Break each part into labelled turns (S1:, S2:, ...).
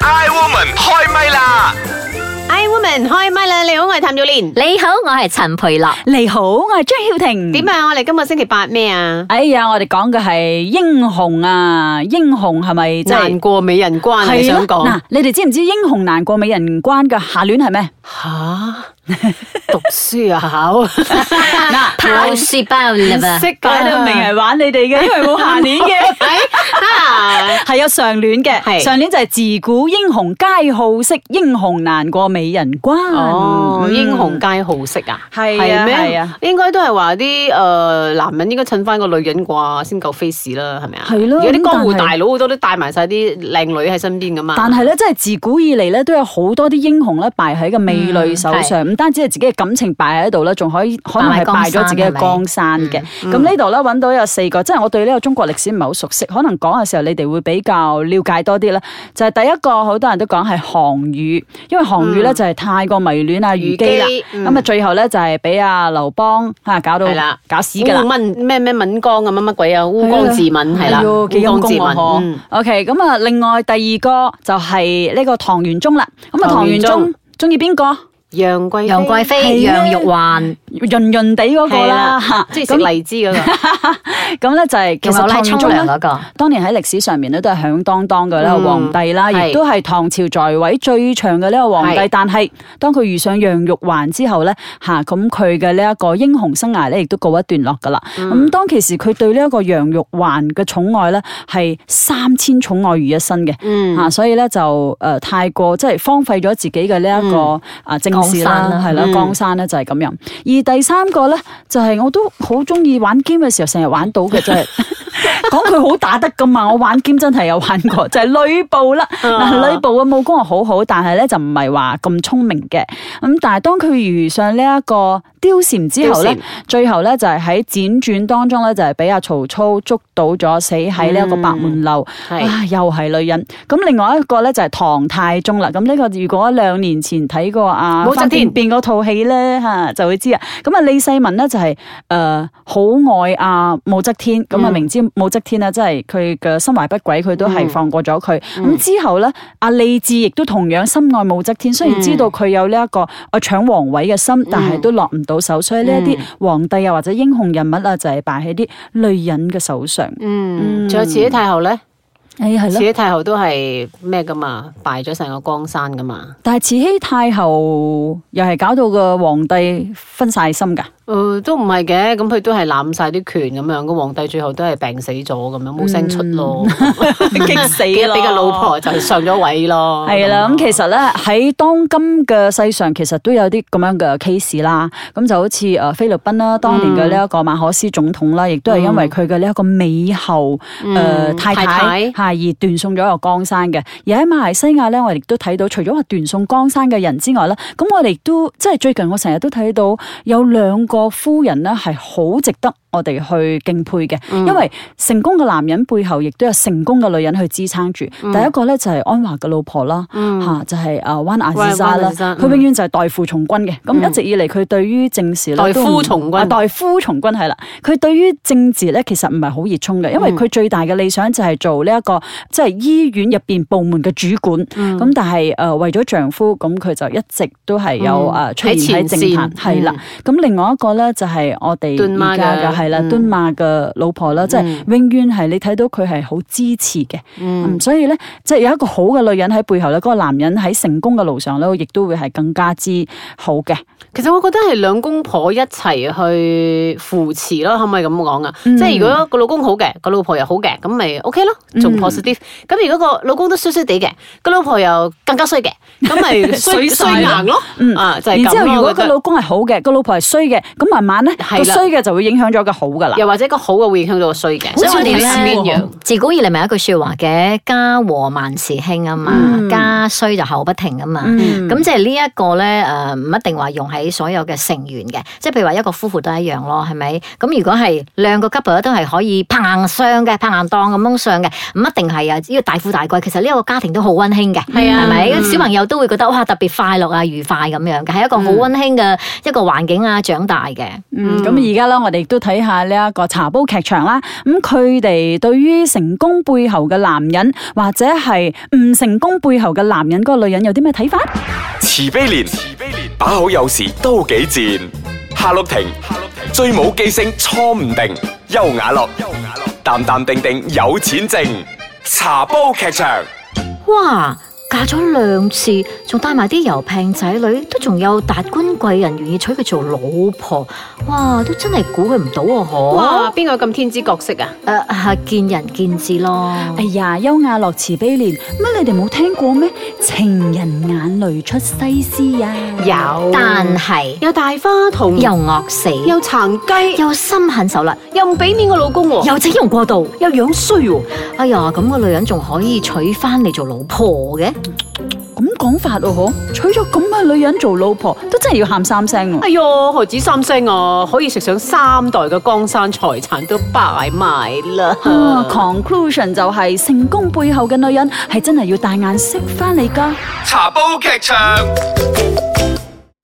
S1: Iwoman 開唛啦！
S2: I woman 開唛啦！你好，我係譚耀蓮。
S3: 你好，我係陳培樂。
S4: 你好，我係張曉婷。
S2: 點啊？我哋今個星期八咩啊？
S4: 哎呀，我哋講嘅係英雄啊，英雄係咪即
S2: 難
S4: 係？
S2: 過美人關啊，你
S4: 係
S2: 想
S4: 咯
S2: 講
S4: 嗱，你哋知唔知英雄難過美人關嘅下聯係咩？
S2: 吓？讀書啊，考
S4: 嗱，
S3: 拋書包啦
S2: 識
S4: 擺到明係玩你 哋嘅，因為冇下聯嘅。
S2: 啊！
S4: 係有上聯
S2: 係
S4: 嘅，上聯就係自古英雄皆好色，英雄難過美人關。
S2: 哦，
S4: 嗯
S2: 英雄皆好色啊，
S4: 係啊係啊，
S2: 應該都係話啲誒男人應該襯翻個女人啩，先夠 face 啦，係咪啊？
S4: 係咯
S2: 而家啲江湖
S4: 咁但係
S2: 大佬好多都帶埋晒啲靚女喺身邊噶嘛。
S4: 但係咧，真係自古以嚟咧，都有好多啲英雄咧，敗喺個美女手上，唔、嗯單止係嗯自己嘅感情敗喺度啦，仲可以可能係敗咗自己嘅江山嘅。咁呢度咧揾到有四個，即係我對呢個中國歷史唔係好熟悉，可能講嘅時候你哋會比較了解多啲啦。就係、第一個，好多人都講係項羽，因為項羽咧就係太過迷戀啊嗯虞姬啦，
S2: 虞姬
S4: 咁
S2: 嗯
S4: 啊、最後咧就係俾阿劉邦嚇搞到
S2: 係啦
S4: 搞屎㗎啦。
S2: 烏敏咩咩敏江咁乜乜鬼啊？烏江自刎係啦，
S4: 哎呦幾
S2: 烏
S4: 陰
S2: 江自
S4: 公啊！
S2: 刎。
S4: 嗬
S2: 嗯
S4: OK，咁啊，另外第二個就係呢個唐玄宗啦。咁啊，
S2: 唐
S4: 唐
S2: 玄
S4: 玄
S2: 宗
S4: 宗中意邊個？
S2: 楊貴
S3: 嘛，楊貴妃、
S4: 係啊
S3: 楊玉環，
S4: 潤潤地嗰個
S2: 係
S4: 啦，
S2: 啦
S4: 嚇，
S2: 即係食
S4: 咁
S2: 荔枝嗰 個。
S4: 咁咧就係其
S3: 其實
S4: 實
S3: 拉沖
S4: 唐玄宗
S3: 涼
S4: 咧，
S3: 嗰個。
S4: 當年喺歷史上面咧都係響當當嘅呢
S2: 啊嗯
S4: 個皇帝啦，
S2: 係
S4: 亦都係唐朝在位最長嘅呢個皇帝
S2: 係。
S4: 但係當佢遇上楊玉環之後咧，嚇咁佢嘅呢一個英雄生涯咧，亦都告一段落㗎啦。
S2: 嗯
S4: 咁當其時佢對呢一個楊玉環嘅寵愛咧係三千寵愛如一身嘅。
S2: 嗯
S4: 啊，所以咧就誒、呃太過即係荒廢咗自己嘅呢一個啊政事
S3: 江山
S4: 啦
S3: 啦，
S4: 係啦
S2: 嗯，
S4: 江山咧就係咁樣。而第三個咧就係、我都好中意玩 game 嘅時候，成日玩到嘅就係 講佢好打得噶嘛，我玩劍真係有玩過，就係、呂布啦。
S2: 啊
S4: 嗱、呂布嘅武功係好好，但係咧就唔係話咁聰明嘅。咁但係當佢遇上呢一個貂蟬之後
S2: 貂
S4: 咧
S2: 蟬，
S4: 最後咧就係喺輾轉當中咧就係俾阿曹操捉到咗，死喺呢一個
S2: 嗯
S4: 白門樓。
S2: 係
S4: 啊，又係女人。咁另外一個咧就係唐太宗啦。咁呢個如果兩年前睇過啊
S2: 武則
S4: 翻
S2: 天
S4: 變嗰套戲咧嚇，就會知啊。咁啊，李世民咧就係誒好愛啊武則天。咁啊，
S2: 嗯
S4: 明知武則天啊，即係佢嘅心懷不軌，佢都係
S2: 嗯
S4: 放過咗佢。咁
S2: 嗯
S4: 之後咧，阿李治亦都同樣深愛武則天，雖
S2: 嗯
S4: 然知道佢有呢一個啊搶皇位嘅心，但係都落唔到手。所以呢
S2: 嗯
S4: 一啲皇帝啊或者英雄人物啊，就係敗喺啲女人嘅手上。
S2: 嗯，仲有慈禧太后咧，
S4: 誒係
S2: 慈
S4: 咯。
S2: 禧太后都係咩噶嘛，敗咗成個江山噶嘛。
S4: 但係慈禧太后又係搞到個皇帝分晒心㗎，
S2: 誒、呃都唔係嘅，咁佢都係攬晒啲權咁樣，個皇帝最後都係病死咗咁樣，冇聲出咯，
S4: 嗯激死
S2: 俾俾個老婆就上咗位咯。
S4: 係啦，咁其實咧喺當今嘅世上，其實都有啲咁樣嘅 case 啦。咁就好似誒菲律賓啦，當年嘅呢一個馬可斯總統啦，亦都係因為佢嘅呢一個美後誒呃太太
S2: 嗯太
S4: 係而斷送咗個江山嘅。而喺馬來西亞咧，我亦都睇到，除咗話斷送江山嘅人之外咧，咁我哋都即係最近我成日都睇到有兩個夫人咧係好值得。我哋去敬佩嘅，因為成功嘅男人背後亦都有成功嘅女人去支撐住。第一個咧就係安華嘅老婆啦，吓、就係啊灣雅之莎
S2: 灣雅
S4: 啦
S2: 之莎，
S4: 佢永遠就係代父從軍嘅。咁、一直以嚟佢對於政事咧
S2: 代
S4: 都唔
S2: 夫從軍
S4: 啊代夫從軍係啦，佢對於政治咧其實唔係好熱衷嘅，因
S2: 嗯
S4: 為佢最大嘅理想就係做呢、一個即係醫院入邊部門嘅主管。咁、
S2: 嗯
S4: 但係誒、呃、為咗丈夫，咁佢就一直都係有誒、呃出現喺政
S2: 嗯喺前線嗯
S4: 壇係啦。咁另外一個咧就係我哋
S2: 敦馬
S4: 而
S2: 嘅
S4: 家嘅係啦，
S2: 嗯
S4: 敦馬嘅老婆啦，即係永遠係你睇到佢係好支持嘅，嗯，所以咧即係有一個好嘅女人喺背後咧，嗰個男人喺成功嘅路上咧，亦都會係更加之好嘅。
S2: 其實我覺得係兩公婆一齊去扶持咯，可唔可以咁講啊？
S4: 嗯
S2: 即係如果個老公好嘅，個老婆又好嘅，咁咪 OK 咯，
S4: 嗯
S2: 仲 positive。咁如果個老公都衰衰地嘅，個老婆又更加衰嘅，咁 咪衰
S4: 衰晒
S2: 衰
S4: 啦
S2: 硬咯。
S4: 嗯
S2: 啊，就係咁
S4: 然之後，
S2: 咯
S4: 如
S2: 我
S4: 果
S2: 覺
S4: 個
S2: 得
S4: 老公係好嘅，個老婆係衰嘅，咁慢慢咧
S2: 係
S4: 個
S2: 啦
S4: 衰嘅就會影響咗個好噶啦。
S2: 又或者個好嘅會影響到個衰嘅，
S3: 好
S2: 所以
S3: 似
S2: 我
S3: 我
S2: 哋
S3: 哋
S2: 係
S3: 咧
S2: 鴛鴦。
S3: 自古以嚟咪有一句説話嘅，家和萬事興啊嘛，家衰就口不停啊嘛。
S4: 嗯
S3: 咁即係呢一個咧，誒、唔一定話用喺所有嘅成員嘅，即係譬如話一個夫婦都一樣咯，係咪？咁如果係兩個 couple 都係可以拍硬上嘅，拍硬檔咁樣上嘅，唔一定係啊呢個大富大貴。其實呢一個家庭都好温馨嘅，
S2: 係啊
S3: 係咪？小朋友都會覺得哇特別快樂啊、愉快咁樣嘅，係一個好温馨嘅一個環境啊長大大嘅。
S4: 嗯，咁而家咧，我哋亦都睇下呢一個茶煲劇場啦。咁佢哋對於成功背後嘅男人，或者係唔成功背後嘅男人嗰個女人有啲咩睇法？
S1: 慈悲蓮，慈悲蓮，把口有時都幾賤。夏綠庭，夏綠庭，最冇記性錯唔定。優雅樂，優雅樂，淡淡定定有錢剩。茶煲劇場，
S3: 哇！嫁咗兩次，仲帶埋啲油瓶仔女，都仲有達官貴人願意娶佢做老婆，哇！都真係估佢唔到喎，嗬！
S2: 哇，邊個咁天之角色啊？
S3: 誒係呃見仁見智咯。
S4: 哎呀，優雅樂慈悲蓮，乜你哋冇聽過咩？情人眼淚出西施啊！
S2: 有，
S3: 但係
S2: 有大花筒，
S3: 又惡死，
S2: 又殘雞，
S3: 又心狠手辣，
S2: 又唔俾面個老公喎，
S3: 又整容過度。
S2: 又樣衰喎。
S3: 哦哎呀，咁個女人仲可以娶翻嚟做老婆嘅？
S4: 咁講法喎，嗬，娶咗咁嘅女人做老婆，都真係要喊三聲喎。
S2: 哎喲，何止三星啊，可以食上三代嘅江山財產都敗埋啦。
S4: 啊，conclusion 就係、成功背後嘅女人係真係要大眼識翻你㗎。
S1: 茶煲劇場。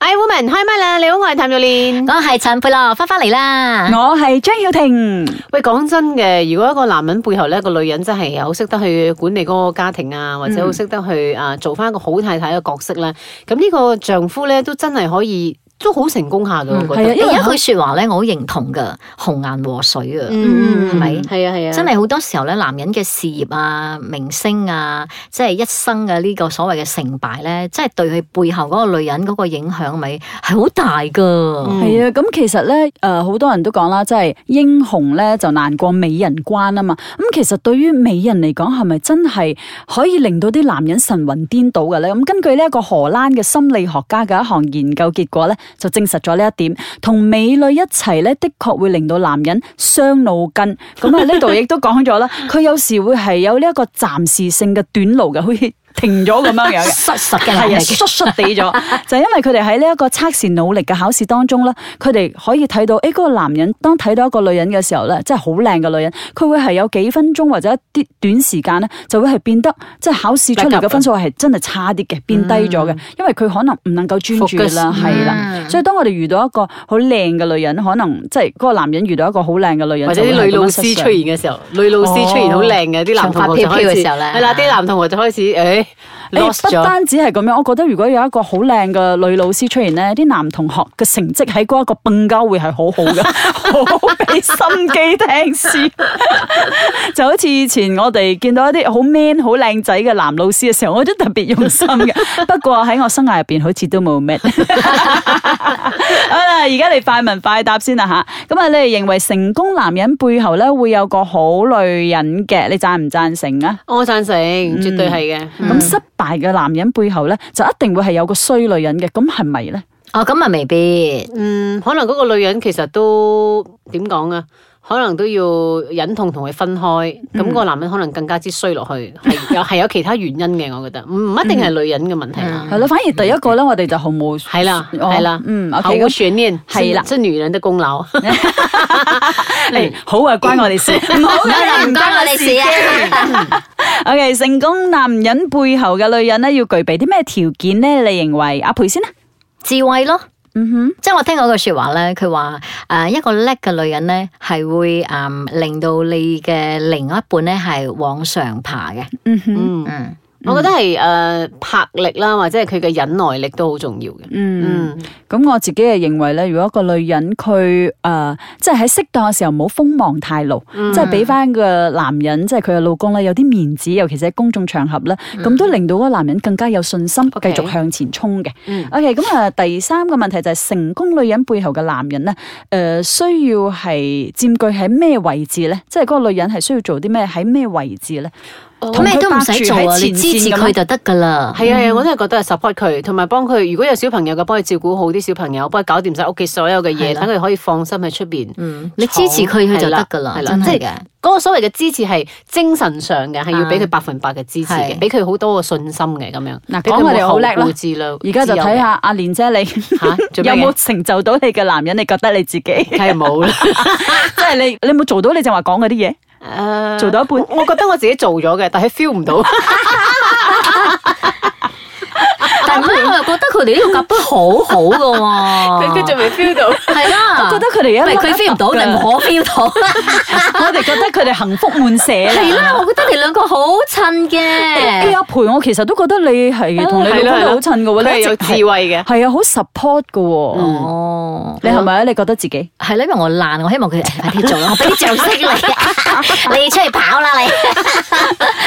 S2: I woman 開唛啦！你好，我係譚玉蓮。
S3: 我係陳佩樂，翻返嚟啦。
S4: 我係張曉婷。
S2: 喂，講真嘅，如果一個男人背後咧，個女人真係好識得去管理嗰個家庭啊，或者好識得去啊做翻一個好太太嘅角色咧，咁呢個丈夫咧都真係可以都好成功下嘅，我覺
S4: 係啊
S2: 得。
S3: 有一句說話咧，我好認同噶，紅顏禍水啊。
S2: 嗯
S3: 係咪
S2: 係啊係啊，
S3: 真係好多時候咧，男人嘅事業啊、明星啊，即係一生嘅呢個所謂嘅成敗咧，即係對佢背後嗰個女人嗰個影響咪係好大噶。
S2: 嗯
S4: 係啊，咁其實咧，誒、好多人都講啦，即係英雄咧就難過美人關啊嘛。咁其實對於美人嚟講，係咪真係可以令到啲男人神魂顛倒嘅咧？咁根據呢一個荷蘭嘅心理學家嘅一項研究結果咧，就證實咗呢一點。同美女一齊咧，的確會令到男人傷腦筋。咁啊，呢度亦都講咗啦，佢有時會係有呢一個暫時性嘅短路嘅，好似停咗咁樣樣嘅。
S3: 實實嘅男
S4: 係啊，
S3: 人嚟嘅
S4: 縮縮 地咗，就係因為佢哋喺呢一個測試努力嘅考試當中咧，佢哋可以睇到，誒嗰個男人當睇到一個女人嘅時候咧，即係好靚嘅女人，佢會係有幾分鐘或者一啲短時間咧，就會係變得即係考試出
S2: 啊
S4: 嚟嘅分數係真係差啲嘅，變低咗嘅，因為佢可能唔能夠專注
S2: 嗯 Focus，
S4: 啦，係啦，
S3: 嗯
S4: 所以當我哋遇到一個好靚嘅女人，可能即係嗰個男人遇到一個好靚嘅女人，
S2: 或者
S4: 就會
S2: 啲
S4: 係
S2: 女
S4: 咁樣
S2: 老
S4: 失
S2: 師出
S4: 常
S2: 現嘅時候，女老師出現好靚嘅，啲男同學就
S3: 長髮飄飄
S2: 開
S3: 嘅
S2: 始
S3: 時候咧
S2: 係啦，啲男同學就開始誒
S4: 誒
S2: lost
S4: 哎不
S2: 咗。
S4: 單止係咁樣，我覺得如果有一個好靚嘅女老師出現咧，啲男同學嘅成績喺嗰一個蹦交會係好好 嘅，好俾心機聽書。就好似以前我哋見到一啲好 man、好靚仔嘅男老師嘅時候，我都特別用 心嘅。不過喺我生涯入邊，好似都冇咩。 好啦，而家嚟快問快答先啦吓。咁啊，你哋認為成功男人背後咧會有個好女人嘅，你贊唔贊成啊？
S2: 我贊成，絕對係嘅。
S4: 咁失敗嘅男人背後咧，就一定會係有個衰女人嘅，咁係咪咧？
S3: 哦，咁啊未必。
S2: 嗯，可能嗰個女人其實都點講啊？可能都要忍痛同佢分開，
S4: 嗯
S2: 咁個男人可能更加之衰落去，係有係有其他原因嘅，我覺得唔唔一定係女人嘅問題啦，
S4: 係咯，反而第一個咧，我哋就毫無
S2: 係啦
S4: 嗯哦
S2: 係啦，
S4: 嗯
S2: 毫
S4: ，OK，
S2: 無
S4: 咁
S2: 懸念，
S4: 係啦
S2: 即女人的功 勞。
S4: 誒好啊，關我哋事， 唔好嘅，
S3: 唔關我哋事啊。
S4: OK，成功男人背後嘅女人咧，要具備啲咩條件咧？你認為阿培先 啦？啊
S3: 智慧咯。
S4: 嗯
S3: 即係我聽過句說話咧，佢話诶一個叻嘅女人咧係會诶、嗯令到你嘅另外一半咧係往上爬嘅。
S4: 哼，嗯哼，
S2: 嗯，
S3: 嗯，
S2: 我覺得係誒魄力啦，或者係佢嘅忍耐力都好重要嘅。
S4: 嗯。
S2: 嗯，
S4: 咁我自己係認為咧，如果一個女人佢诶、呃即係喺適當嘅時候唔好鋒芒太露，
S2: 嗯
S3: 嗯
S4: 即係俾翻個男人，即係佢嘅老公咧，有啲面子，尤其是喺公眾場合咧，
S3: 嗯
S4: 咁、都令到嗰個男人更加有信心，繼
S2: OK
S4: 續向前衝嘅。
S2: 嗯
S4: OK，咁啊，第三個問題就係成功女人背後嘅男人咧，诶、需要係佔據喺咩位置咧？即係嗰個女人係需要做啲咩？喺咩位置咧？同佢
S3: 哦咩都唔使做
S4: 搭
S3: 啊，
S4: 住喺
S3: 你
S4: 前
S3: 支持
S4: 線咁樣
S3: 佢就得噶啦。
S2: 係啊，
S4: 嗯
S2: 係啊，我都係覺得係 support 佢，同埋幫佢。如果有小朋友嘅，幫佢照顧好啲小朋友，幫佢搞掂晒屋企所有嘅嘢，
S3: 係啦
S2: 等佢可以放心喺出邊。
S3: 嗯，你支持佢佢就得噶啦，
S2: 係啦
S3: 真係
S2: 即
S3: 嘅
S2: 係。嗰個所謂嘅支持係精神上嘅，係要俾佢百分百嘅支持嘅，
S3: 係
S2: 俾佢好多個信心嘅咁樣。
S4: 嗱
S2: 俾佢
S4: 講我哋
S2: 冇
S4: 好叻啦
S2: 後顧之憂
S4: 而家就睇下阿蓮姐你
S2: 嚇做
S4: 有
S2: 咩嘅
S4: 冇成就到你嘅男人？你覺得你自己
S2: 梗係冇啦。
S4: 即係你你有冇做到你正話講嗰啲嘢？
S3: 呃
S2: 誒
S4: 做到哦一半
S2: 我 我覺得我自己做咗嘅，但係 feel 唔到。
S3: 但係咩？我又覺得佢哋呢個夾得好好 噶喎。
S2: 未 feel 到。
S3: 係啦，
S4: 覺得佢哋
S3: 唔
S4: 一
S3: 係
S4: 粒
S3: 佢 feel 唔到，
S4: 粒
S3: 定
S4: 㗎
S3: 我 feel 到。
S4: 我哋覺得佢哋幸福滿瀉啦。
S3: 係啦，我覺得你兩個好襯
S4: 哎
S3: 嘅。
S4: 呀，陪我其實都覺得你係同你老公都好襯嘅
S2: 佢
S4: 喎，你
S2: 係
S4: 一直
S2: 有智慧嘅。
S4: 係啊，好 support 嘅喎。
S3: 哦，
S4: 你係咪啊？你覺得自己？
S3: 係啦，因為我爛，我希望佢哋快啲 做啦，我俾啲掌聲 你，你出去跑啦你，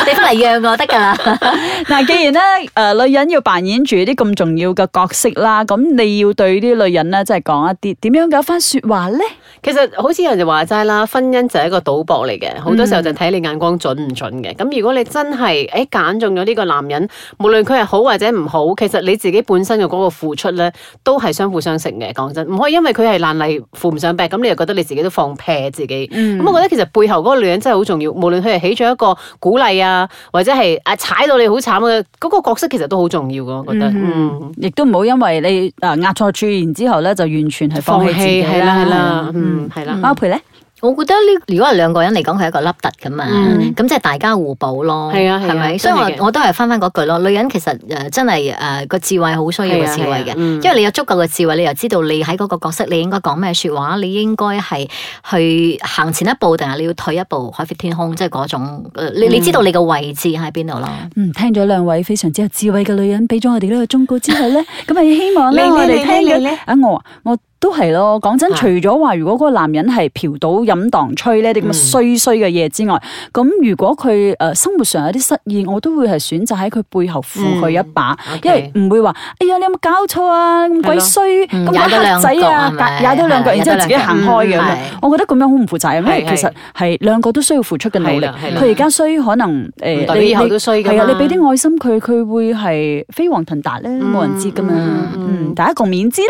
S3: 你翻嚟讓我得㗎啦。
S4: 嗱，既然咧，誒、女人要扮演住啲咁重要嘅角色啦，咁你要對啲女人咧，即係講一啲點樣嘅一番説話咧？
S2: 其實好似人哋話齋啦，婚姻就係一個賭博嚟嘅，好多時候就睇你眼光準唔準嘅。咁、如果你真係誒揀中咗呢個男人，無論佢係好或者唔好，其實你自己本身嘅嗰個付出咧，都係相輔相成嘅。講真，唔可以因為佢係爛泥扶唔上壁，咁你又覺得你自己都放屁自己。咁、我覺得其實背後嗰個女人真係好重要，無論佢係起咗一個鼓勵啊，或者係啊踩到你好慘嘅嗰個角色，其實都好重要嘅。我覺得，嗯
S4: 亦都唔好因為你誒壓錯住，然之後咧就完全係放棄自己
S2: 係啦係啦，嗯係啦。
S4: 包培咧，
S3: 我覺得呢，如果係兩個人嚟講，佢係一個凹凸噶嘛，
S2: 嗯
S3: 咁即係大家互補咯，
S2: 係啊係啊
S3: 係咪？所
S2: 真
S3: 以
S2: 係嘅
S3: 我我都係翻翻嗰句咯，女人其實誒真係誒個智慧好需要個智慧
S2: 係啊係
S3: 嘅
S2: 啊，嗯
S3: 因為你有足夠嘅智慧，你又知道你喺嗰個角色你應該講咩説話，你應該係去行前一步定係你要退一步，海闊天空，即係嗰種呃你你
S2: 嗯
S3: 知道你嘅位置喺邊度咯。
S4: 嗯，聽咗兩位非常之有智慧嘅女人俾咗我哋呢個忠告之後 咧，咁啊希望咧
S2: 你
S4: 我
S2: 你
S4: 哋聽
S2: 你
S4: 緊
S2: 你你
S4: 啊我啊我都係咯，講真，
S2: 啊
S4: 除咗話如果嗰個男人係嫖賭飲蕩吹呢啲
S2: 嗯
S4: 咁嘅衰衰嘅嘢之外，咁如果佢誒生活上有啲失意，我都會係選擇喺佢背後扶佢一把，因為
S2: 嗯 OK
S4: 唔會話哎呀你有冇搞錯啊咁鬼衰
S3: 嗯
S4: 咁鬼
S3: 踩多
S4: 黑
S3: 兩
S4: 仔
S3: 腳
S4: 啊
S3: 係咪
S4: 踩多兩腳，
S3: 係
S4: 然之後
S3: 踩多
S4: 自己行
S2: 兩腳
S4: 開嘅咁樣
S3: 嗯係
S4: 我覺得咁樣好唔負責任，因為
S2: 係
S4: 其實係兩個都需要付出嘅努力。
S2: 係啦係啦
S4: 佢而家衰可能誒，
S2: 唔代表以後都衰㗎
S4: 係啊，
S2: 嘛
S4: 你俾啲愛心佢，佢會係飛黃騰達咧，冇人知噶嘛。
S2: 嗯嗯
S4: 嗯，大家共勉之啦。